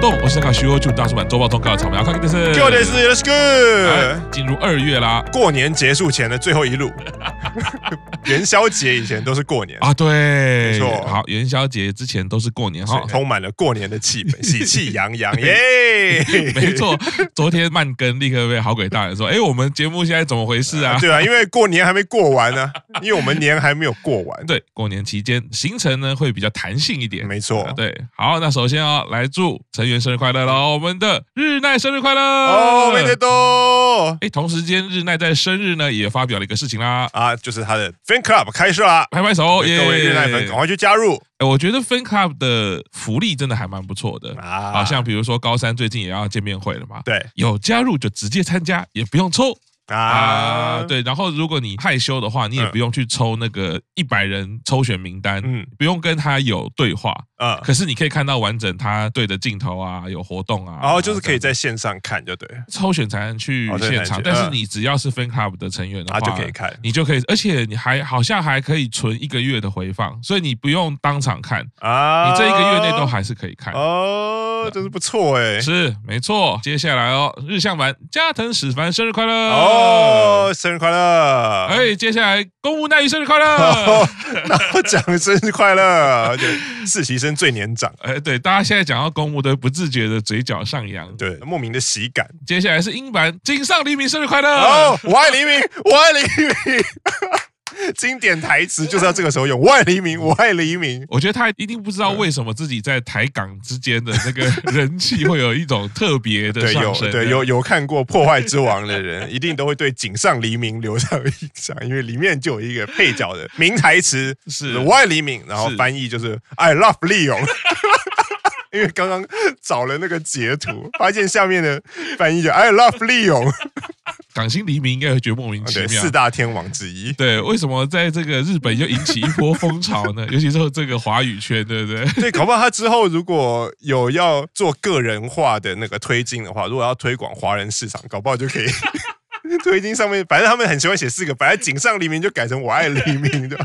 动，我是那个徐若柱，大出版周报通告的草莓阿康，这是 各位的是 Let's 哎 Go。进入二月啦过年结束前的最后 一路，元宵节以前都是过年，啊，对，没错好，元宵节之前都是过年哈所以。充满了过年的气氛，喜气洋洋耶！ 没错，昨天慢更立刻被好鬼大人 说：“哎，我们节目现在怎么回事啊？”对啊，因为过年还没过完呢、因为我们年还没有过完。对，过年期间行程呢会比较弹性一点。没错啊，对，好，那首先哦，来祝成员生日快乐喽！我们的日奈生日快乐哦，没得多哎，同时间日奈在生日呢也发表了一个事情啦，啊，就是他的 Fan Club 开设啦，拍拍手，各位哦耶热爱粉赶快去加入哎我觉得 Fan Club 的福利真的还蛮不错的，啊！好像比如说高三最近也要见面会了嘛，对有加入就直接参加，也不用抽啊。啊，对，然后如果你害羞的话，你也嗯不用去抽那个一百人抽选名单，嗯不用跟他有对话，啊，可是你可以看到完整他对着镜头啊，有活动啊，然后哦就是可以这样在线上看，就对了抽选才能去哦对现场，才能去但是嗯你只要是 Fan Club 的成员的话，啊，就可以看你就可以，而且你还好像还可以存一个月的回放，所以你不用当场看，啊。你这一个月内都还是可以看。哦，真是不错哎。是，没错。接下来哦，日向版加藤史帆生日快乐！哦，，生日快乐！啊哎，接下来公务奈于生日快哦 乐！，然后讲生日快乐，而且实习生最年长，哎，对，大家现在讲到公务都不自觉的嘴角上扬。对，莫名的喜感。接下来是英版井上黎明生日快乐哦！，我爱黎明，我爱黎明， 经典台词就是要这个时候用。我爱黎明，我爱黎明。我觉得他一定不知道为什么自己在台港之间的那个人气会有一种特别的对，有上升。对有有看过《破坏之王》的人， 一定都会对井上黎明留下印象，因为里面就有一个配角的名台词 是我爱黎明”，然后是翻译就是 “I love Leon”。因为刚刚找了那个截图，发现下面的翻译就 “I love Leon”，港星黎明应该会觉得莫名其对，妙四。大天王之一。对，为什么在这个日本又引起一波风潮呢？ 尤其是这个华语圈，对不对？ 对，搞不好他之后如果有要做个人化的那个推进的话，如果要推广华人市场，搞不好就可以 推进上面。反正他们很喜欢写四个，本来井上黎明就改成我爱黎明的，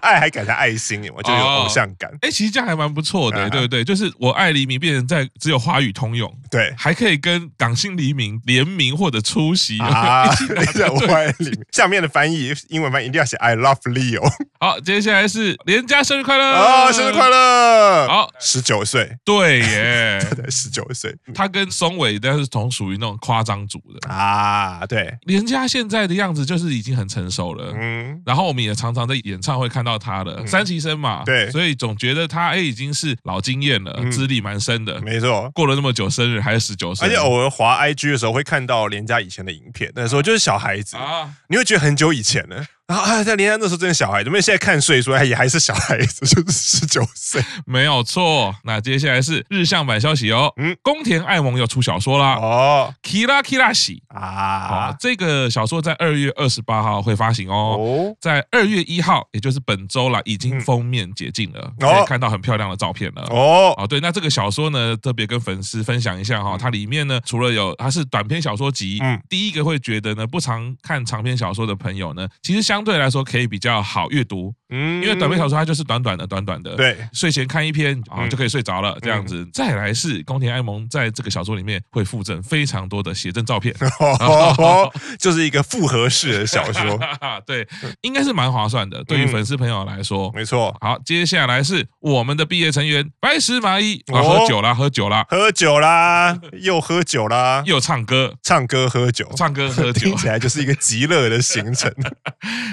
爱还改成爱心，我就有哦偶像感。哎，其实这样还蛮不错的，啊对不对？就是我爱黎明变成在只有华语通用，对 还可以跟港星黎明联名或者出席。啊，等一下我爱黎明。下面的翻译英文翻译一定要写 I love Leo 好，接下来是连家生日快乐啊、生日快！乐！嗯好，十九岁，对耶， 对，十九岁他跟松尾但是同属于那种夸张组的。啊，对，连家现在的样子就是已经很成熟了。嗯，然后我们也常常在演唱会看到他了，三期生嘛，对所以总觉得他哎已经是老经验了，嗯资历蛮深的。没错。过了那么久，生日还是十九岁，而且偶尔滑 IG 的时候会看到连家以前的影片，那时候就是小孩子，啊，你会觉得很久以前了。然后啊，在连家那时候真的小孩子，因为现在看岁数哎也还是小孩子， 就是十九岁没有错。那接下来是日向版消息哦，嗯宫田爱萌又出小说啦，哦《Kira Kira 喜》啊，啊这个小说在二月二十八号会发行哦。哦在二月一号，也就是本周啦，已经嗯封面解禁了，哦可以看到很漂亮的照片了。哦哦，对，那这个小说呢，特别跟粉丝分享一下哈、它里面呢，除了有它是短篇小说集，嗯第一个会觉得呢，不常看长篇小说的朋友呢，其实相对来说可以比较好阅读，嗯因为短篇小说它就是短短的、短短的，， 对睡前看一篇啊、嗯就可以睡着了，这样子。再来是宫田爱萌在这个小说里面会附赠非常多的写真照片，哦， 就是一个复合式的 小说，对，应该是蛮划算的，对于哦嗯粉丝朋友来说。没错。好，接下来是我们的毕业成员白石麻衣，啊，哦喝酒啦，喝酒啦，喝酒啦，又喝酒啦，又唱歌，唱歌喝酒，唱歌喝酒哦 听。起来就是一个极乐的行 程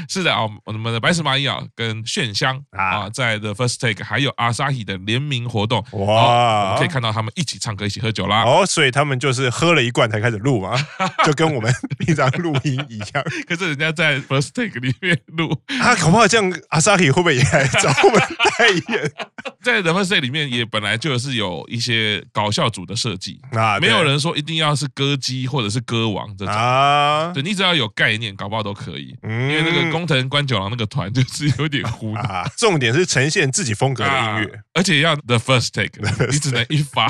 是的啊，我们的白石麻衣啊跟炫香啊啊，在 The First Take 还有 Asahi 的联名活动，哦好我们哇可以！看到他们一起唱歌、一起喝酒啦。哦，所以他们就是喝了一罐才开始 录嘛，就跟我们平常录音一样。可是人家在 First Take 里面录，啊，恐怕这样阿萨里会不会也来找我们代言在 The First Take 里面也本来就是有一些搞笑组的设计，啊？ 没有对人说一定要是歌姬或者是歌王这种。啊，对你只要有概念，搞不好都可以。嗯啊因为那个工藤官九郎那个团就是有点糊的啊，重点是呈现自己风格的音乐。啊而且要 the first take，你只能一发。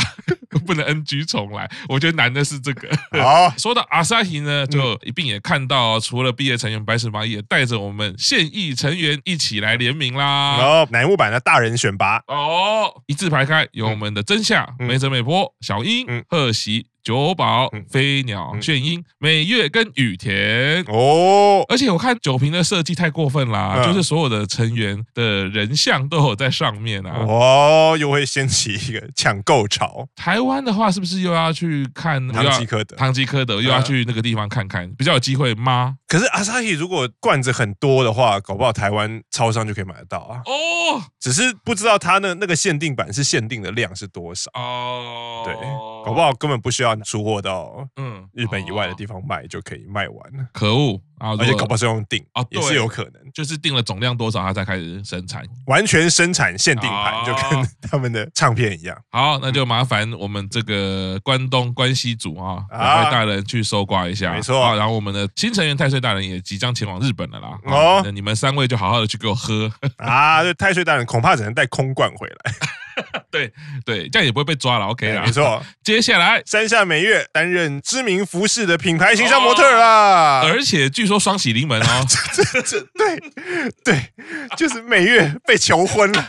不能 NG 重来。我觉得难的是这个。好，说到阿萨提呢，嗯就一并也看到，除了毕业成员白石麻衣，也带着我们现役成员一起来联名啦。然后乃木坂的大人选拔，哦，一字排开，有我们的真夏、嗯梅泽美波、小樱嗯、贺喜、久保嗯、飞鸟、嗯炫音、美月跟雨田。哦，而且我看酒瓶的设计太过分啦，嗯就是所有的成员的人像都有在上面啊。哦，又会掀起一个抢购潮，台湾的话，是不是又要去看堂吉诃又要德。嗯堂吉诃德又要去那个地方看看，比较有机会吗？可是阿萨希如果罐子很多的话，搞不好台湾超商就可以买得到啊。哦只是不知道它那那个限定版是限定的量是多少，哦，对，搞不好根本不需要出货到嗯日本以外的地方，方卖就可以卖完了，可恶啊！而且如果搞不好是用订啊，也对是有可能。就是定了总量多少，它才开始生产。完全生产限定哦盘，就跟他们的唱片一样。好，那就麻烦我们这个关东关西组啊，啊两位大人去搜刮一下，没错啊然后我们的新成员太岁大人也即将前往日本了啦。哦哦，那你们三位就好好的去给我喝， 啊，这太岁大人恐怕只能带空罐回来。对，这样也不会被抓了。OK 啦，没。 错，接下来，山下美月担任知名服饰的品牌形象模特哦儿啦。而且据说双喜临门 哦，这这对对，就是美月被求婚了。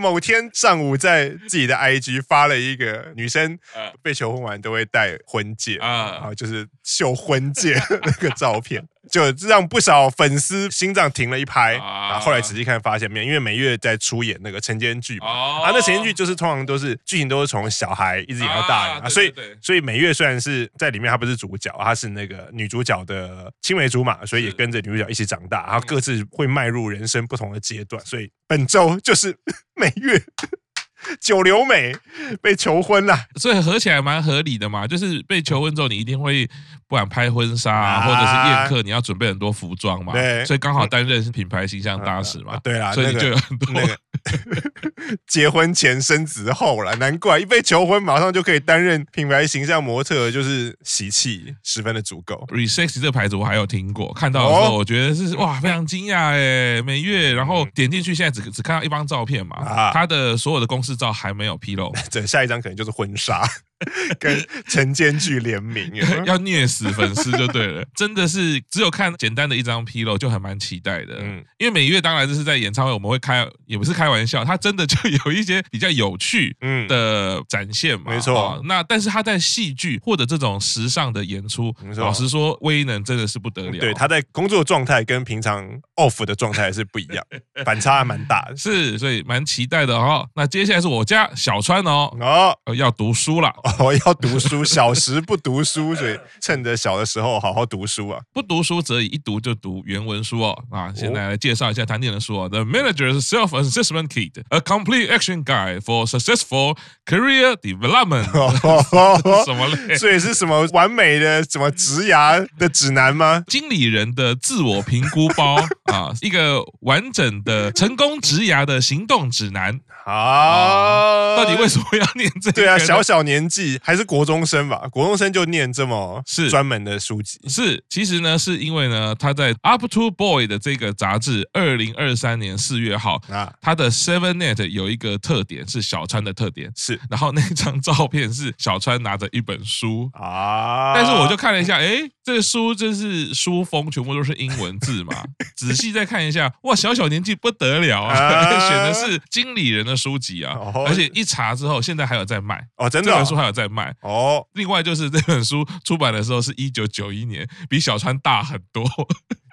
某天上午在自己的 IG 发了一个女生呃被求婚完都会戴婚戒啊啊，就是秀婚戒那个照片，就让不少粉丝心脏停了一拍。啊啊，后来仔细看发现没有，因为美月在出演那个晨间剧嘛，哦啊，那晨间剧就是通常都是剧情都是从小孩一直演到大人啊啊，所以对对对所以美月虽然是在里面，她不是主角，她是那个女主角的青梅竹马，所以也是嗯跟着女主角一起长大，然后各自会迈入人生不同的阶段。所以本周就是 美月九流美被求婚啦，所以合起来蛮合理的嘛。就是被求婚之后，你一定会不管拍婚纱啊，啊或者是宴客，你要准备很多服装嘛。对所以刚好担任品牌形象大使嘛啊。对啦，所以那你就有个很多 那 个结婚前生子后啦，难怪一被求婚马上就可以担任品牌形象模特，就是喜气十分的足 够。 Resex 这个牌子我还有听过，看到的哦时候我觉得是、哇非常惊讶哎，美月，然后点进去现在只只看到一张照片嘛，啊它的所有的公示照还没有披 露，这下一张可能就是婚 纱跟晨间剧联名了。要虐死粉丝就对了，真的是只有看简单的一张披露就还蛮期待的，嗯因为每月当然就是在演唱会我们会开，也不是开玩笑，它真的就有一些比较有趣。嗯，的展现嘛，没错啊那但是他在戏剧或者这种时尚的演出没，错老实说，威能真的是不得了。对，他在工作状态跟平常 off 的状态是不一 样，反差还蛮大的。是，所以蛮期待的哦。那接下来是我家小川哦，哦， 呃要读书了，我要读书，小时不读书，所以趁着小的时候好好读书 啊。不读书则已，一读就读原文书哦。啊，现在来介绍一下他念的书哦，《The Manager's Self-Assessment Kit: A Complete Action Guide for Successful Career Development》什哦么嘞？ 所以是什么完美的什么职涯的指南吗？经理人的自我评估 包啊，一个完整的成功职涯的行动指南。啊，哦到底为什么要念这个呢？对啊，小小年纪还是国中生吧，国中生就念这么是专门的书籍是，其实呢，是因为呢，他在《Up to Boy》的这个杂志，二零二三年四月号，啊，他的 Seven Net 有一个特点是小川的特点，是然后那张照片是小川拿着一本书。啊，但是我就看了一下，诶，这书真是书封全部都是英文字 嘛。仔细再看一下，哇，小小年纪不得了啊，啊 选的是经理人的书籍啊，哦而且一查之后，现在还有在卖，哦，真这的哦本书还有在卖。哦，另外就是这本书出版的时候是一九九一年，比小川大很多。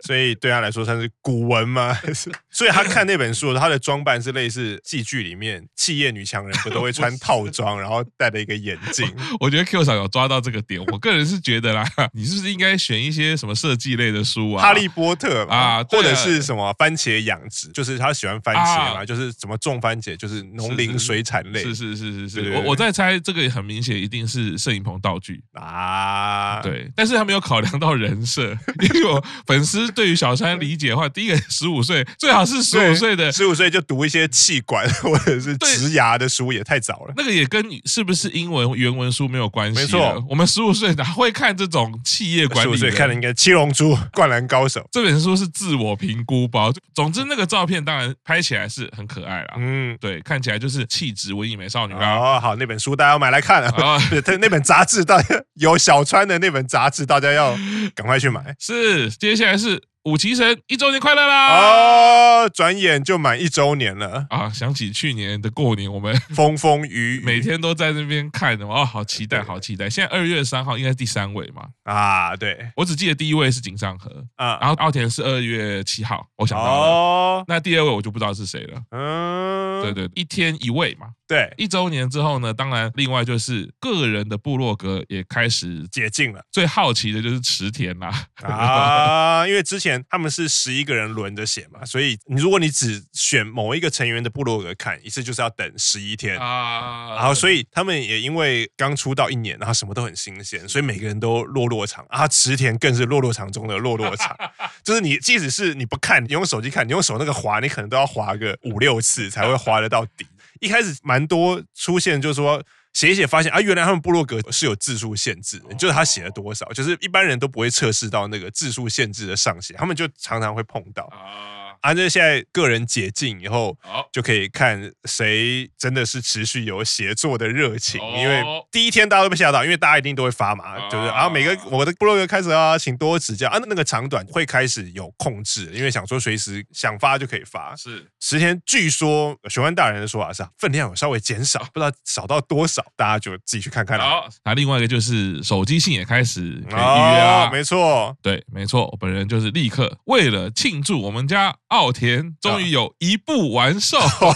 所以对他来说算是古文吗？ 还是所以他看那本书，他的装扮是类似戏剧里面企业女强人不都会穿套装，然后戴了一个眼镜，我觉得 Q 上有抓到这个点，我个人是觉得啦， 你是不是应该选一些什么设计类的书啊？哈利波特啊，啊对啊或者是什么番茄养殖，就是他喜欢番茄嘛，啊就是什么种番茄，就是农林是是水产类是是是是对对是，对我我在猜这个很明显一定是摄影棚道具，啊， 对，但是他没有考量到人设，因为我粉丝就是对于小三理解的话，第一个十五岁，最好是十五岁的。十五岁就读一些气管 或者是对植牙的书也太早了。那个也跟你是不是英文原文书没有关系。啊没错，我们十五岁哪会看这种企业管十理五岁的？看了应该《七龙珠》《灌篮高手》。这本书是自我评估包。总之，那个照片当然拍起来是很可爱啦，嗯，对，看起来就是气质文艺美少女啦。哦，好，那本书大家要买来看啊。啊，对，他那本杂志，大家有小川的那本杂志，大家 要赶快去买是，接下来是五崎神一周年快乐啦！哦。转眼就满一周年了，啊，想起去年的过年，我 们风风雨雨每天都在那边看的嘛，哦，好期待，好期待。现在二月三号应该是第三位嘛，啊，对我只记得第一位是井上和，啊，然后奥田是二月七号，我想到了。哦，那第二位我就不知道是谁了。嗯，对对对，一天一位嘛。对，一周年之后呢，当然另外就是个人的部落格也开始，解禁了。最好奇的就是池田啦。啊，因为之前他们是十一个人轮着写嘛，所以你如果你只选某一个成员的部落格看一次，就是要等十一天。啊，然后，所以他们也因为刚出道一年，然后什么都很新鲜，所以每个人都落落场啊。池田更是落落场中的落落场，就是你即使是你不看，你用手机看，你用手那个滑，你可能都要滑个五六次才会滑得到底。一开始蛮多出现，就是说写一写发现啊，原来他们部落格是有字数限制的，就是他写了多少，就是一般人都不会测试到那个字数限制的上限，他们就常常会碰到。啊，啊，这现在个人解禁以后，好，就可以看谁真的是持续有写作的热情，哦因为第一天大家都被吓到，因为大家一定都会发嘛，就是啊啊，每个我的部落格开始啊，请多指教啊，那那个长短会开始有控制，因为想说随时想发就可以发。是十天，据说玄幻大人的说法是啊分量有稍微减少，不知道少到多少，大家就自己去看看了。好。那另外一个就是手机信也开始可以预约哦啦，。没错， 对，没错，我本人就是立刻为了庆祝我们家奥田终于有一步完售，哦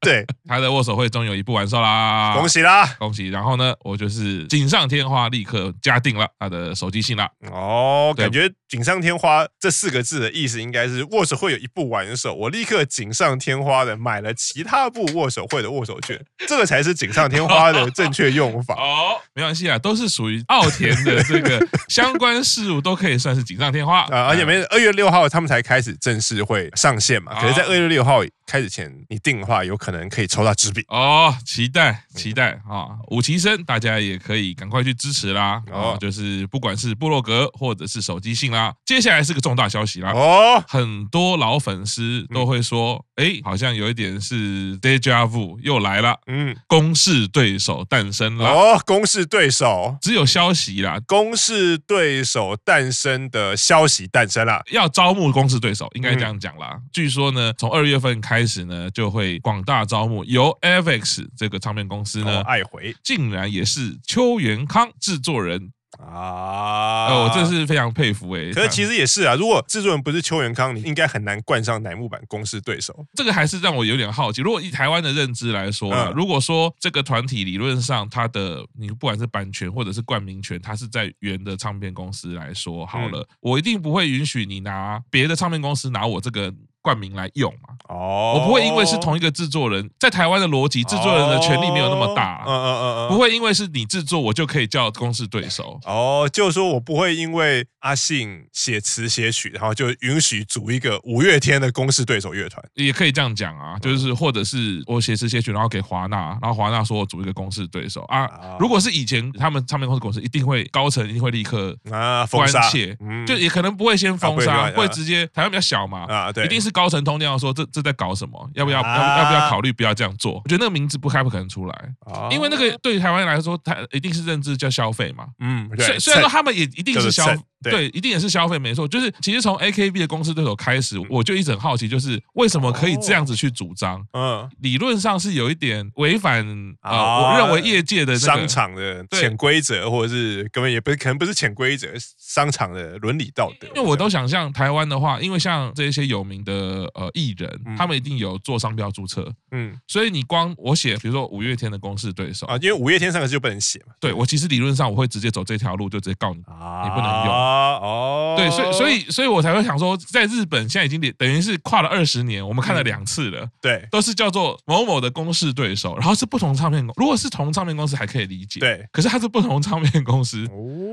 对， 他的握手会终于有一步完售啦，恭喜啦！恭喜！然后呢，我就是锦上添花，立刻加定了他的手机信啦。哦，对感觉“锦上添花”这四个字的意思应该是握手会有一部完手，我立刻锦上添花的买了其他部握手会的握手券，这个才是锦上添花的正确用法。 哦，没关系啊，都是属于奥田的这个相关事物，都可以算是锦上添花 啊、而且没二月六号他们才开始正式会上线嘛，可是，在哦二月六号开始前你订的话，有可能可以抽到纸笔。哦，期待期待嗯啊！五期生大家也可以赶快去支持啦。哦哦，就是不管是部落格或者是手机信啦，接下来是个重大消息啦。哦，很多老粉丝都会说，哎，好像有一点是 deja vu 又来了，嗯，公式对手诞生了。哦，公式对手，只有消息啦，公式对手诞生的消息诞生啦。要招募公式对手，应该嗯这样讲啦。据说呢，从二月份开始呢，就会广大招募，由 Avex 这个唱片公司哦呢，爱回竟然也是邱元康制作人，啊！哦，我真是非常佩服哎、可是其实实也是啊，如果制作人不是邱元康，你应该很难冠上乃木坂公式对手。这个还是让我有点好奇。如果以台湾的认知来说啊，嗯如果说这个团体理论上它的你不管是版权或者是冠名权，它是在原的唱片公司来说好嗯了，我一定不会允许你拿别的唱片公司拿我这个冠名来用嘛。哦我不会因为是同一个制作人，在台湾的逻辑，制作人的权利没有那么大，啊嗯嗯嗯嗯，不会。会因为是你制作我就可以叫公式对手。哦，就是说我不会因为阿信写词写曲，然后就允许组一个五月天的公式对手乐团。也可以这样讲啊，就是嗯或者是我写词写曲，然后给华纳，然后华纳说我组一个公式对手啊啊。如果是以前他们唱片公司公司，一定会高层一定会立刻啊，封关杀切，，嗯就也可能不会先封啊杀，不会不会会啊直接台湾比较小嘛，啊，对，一定是高层通电话说这这在搞什么，要不要要不啊要不要考虑不要这样做？我觉得那个名字不开不可能出来，哦，因为那个对于台湾来说，它一定是认知叫消费嘛。嗯，虽对，虽然说趁他们也一定是消就是蹭对对，一定也是消费没错，就是其实从 AKB 的公司对手开始，我就一直很好奇，就是为什么可以这样子去主张？嗯理论上是有一点违反呃，啊我认为业界的那个商场的对潜规则，或者是根本也不是，可能不是潜规则，商场的伦理道德。因为我都想象台湾的话，因为像这些有名的呃艺人，嗯他们一定有做商标注册，嗯所以你光我写，比如说五月天的公式对手，啊，因为五月天三个字就不能写嘛。对我其实理论上我会直接走这条路，就直接告你啊你不能用啊哦，对，所以所以所以我才会想说，在日本现在已经连等于是跨了二十年，我们看嗯了两次了，对都是叫做某某的公式对手，然后是不同唱片公，如果是同唱片公司还可以理解，，对，可是它是不同唱片公司。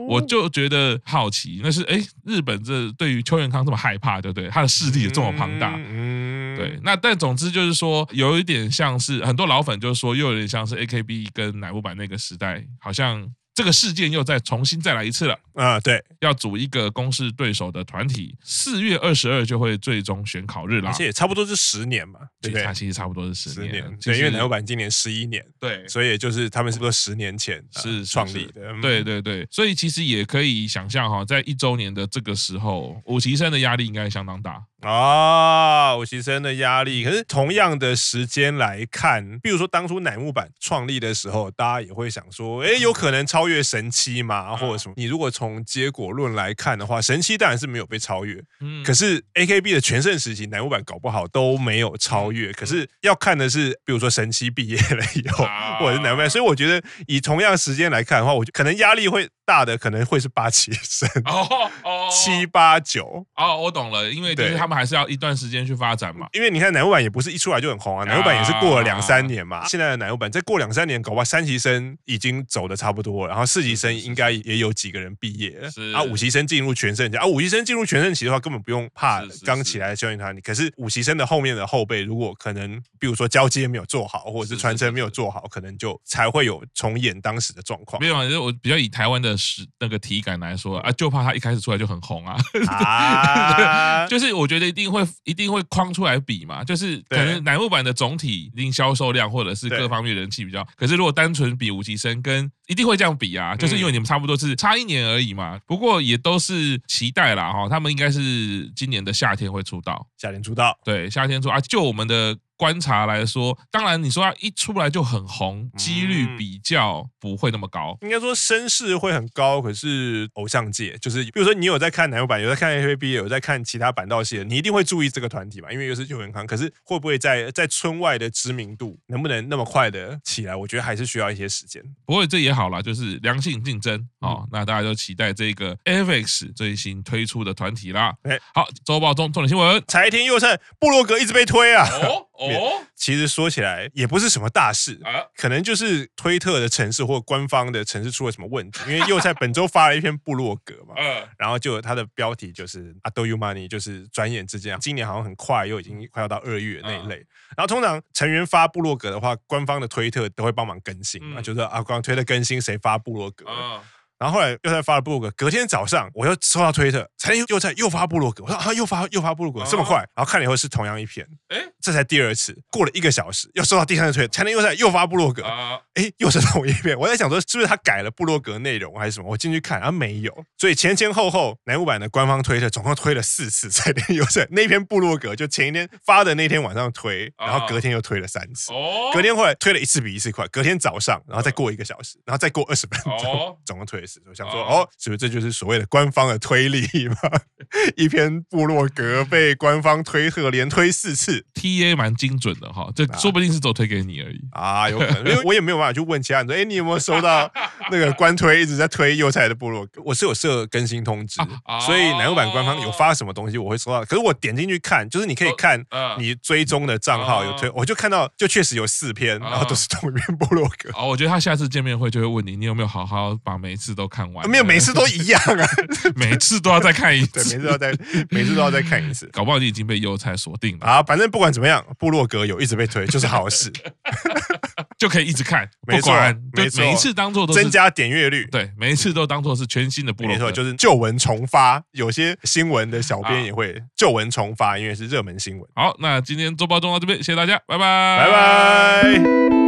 我哦，就觉得好奇，那是哎，日本这对于邱元康这么害怕，对不对？他的势力也这么庞大，嗯，嗯对，，那但总之就是说，有一点像是很多老粉就是说，又有点像是 A K B 跟乃木坂那个时代，好像这个事件又再重新再来一次了。啊，对，要组一个公示对手的团体，四月二十二就会最终选考日啦而。且也差不多是十年嘛，对其不实它对？其实差不多是十十年了，年，其对，因为实奶油版今年十一年，对所以也就是他们是不是十年前呃是是创是立的？嗯对对对，所以其实也可以想象哈，在一周年的这个时候，武崎生的压力应该相当大。啊，武崎生的压力。可是同样的时间来看，比如说当初乃木坂创立的时候，大家也会想说，哎，有可能超越神七嗯吗？或者什么？你如果从结果论来看的话，神七当然是没有被超越，嗯，可是 A K B 的全盛时期，乃木坂搞不好都没有超嗯越。可是要看的是，比如说神七毕业了以后，啊 或者是乃木坂，所以我觉得以同样时间来看的话，我觉得可能压力会大的，可能会是八七生、哦哦七八九。哦，我懂了，因为就是对他们还是要一段时间去发展嘛。因为你看奶木板也不是一出来就很红啊，奶木板也是过了两三年啊嘛。现在的奶木板再过两三年，搞不好三级生已经走的差不多了，然后四级生应该也有几个人毕业了是啊。五级生进入全盛期啊，五级生进入全盛期的话，根本不用怕是是是刚起来的校园团体。可是五级生的后面的后辈，如果可能，比如说交接没有做好，或者是是是传是承没有是做好，可能就才会有重演当时的状况没有啊，就是我比较以台湾的时那个体感来说啊，就怕他一开始出来就很红啊，。 啊就是我觉得一定会一定会框出来比嘛，就是可对能乃木坂的总体一定销售量或者是对各方面人气比较，可是如果单纯比五级生跟一定会这样比嗯啊，就是因为你们差不多是差一年而已嘛，不过也都是期待啦哈，他们应该是今年的夏天会出道，夏天出道，对，夏天出啊，就我们的。观察来说，当然你说他一出来就很红，几率嗯比较不会那么高。应该说声势会很高，可是偶像界就是，比如说你有在看男优版，有在看 A K B，有在看其他板道系的，你一定会注意这个团体嘛，因为又是救援康。可是会不会在在村外的知名度能不能那么快的起来？我觉得还是需要一些时间。不过这也好啦，就是良性竞争嗯哦。那大家就期待这个 AFX 最新推出的团体啦。哎好，周报中重点新闻。柴田佑胜布洛格一直被推啊，哦 哦其实说起来也不是什么大事。啊！可能就是推特的城市或官方的城市出了什么问题，因为佑在本周发了一篇部落格嘛，呃，然后就有它的标题就是阿 do you money，就是转眼之间，啊今年好像很快又已经快要到二月那一类。然后通常成员发部落格的话，官方的推特都会帮忙更新嘛，嗯就是啊，官方推特更新谁发部落格。啊，然后后来又在发了部落格，隔天早上我又收到推特，才又在又发部落格，我说啊又发又发部落格哦这么快，然后看了以后是同样一篇，哎这才第二次，过了一个小时又收到第三次推特，才能又在又发部落格，啊，哎，又是同一遍。我在想说，是不是他改了部落格内容还是什么？我进去看，啊，没有。所以前前后后，南木版的官方推特总共推了四次，才连有在那篇部落格就前一天发的那天晚上推，哦然后隔天又推了三次，哦，嗯隔天后来推了一次比一次快，隔天早上，然后再过一个小时，然后再过二十分钟。哦， 总共推了四次，我想说，哦哦，是不是这就是所谓的官方的推力嘛？ 一篇部落格被官方推特连推四次， T A 蛮精准的哈，这啊说不定是都推给你而已。啊，有可 能，因为我也没有办法去问其他人说，哎、你有没有收 到那个官推一直在推幼菜的部落格？我是有设更新通知，啊所以南木版官方有发什么东西，我会收到。可是我点进去看，就是你可以看嗯，你追踪的账号有推，哦我就看到就确实有四篇，哦然后都是同一篇部落格。哦，我觉得他下次见面会就会问你，你有没有好好把每一次都看完？啊没有，每次都 一样啊！ 每次都要再看一对，每次，次都要 再，每次都要再看一次搞不好你已经被优才锁定了，啊！反正不管怎么样，部落格有一直被推就是好 事，就可以一直看，不没错管，就没错每一次当做都是增加点阅率。对，每一次都当做是全新的部落没格，错，就是旧闻重发，有些新闻的小啊编也会旧闻重发，因为是热门新闻。好。那今天周报中到这边，谢谢大家，拜拜，拜拜。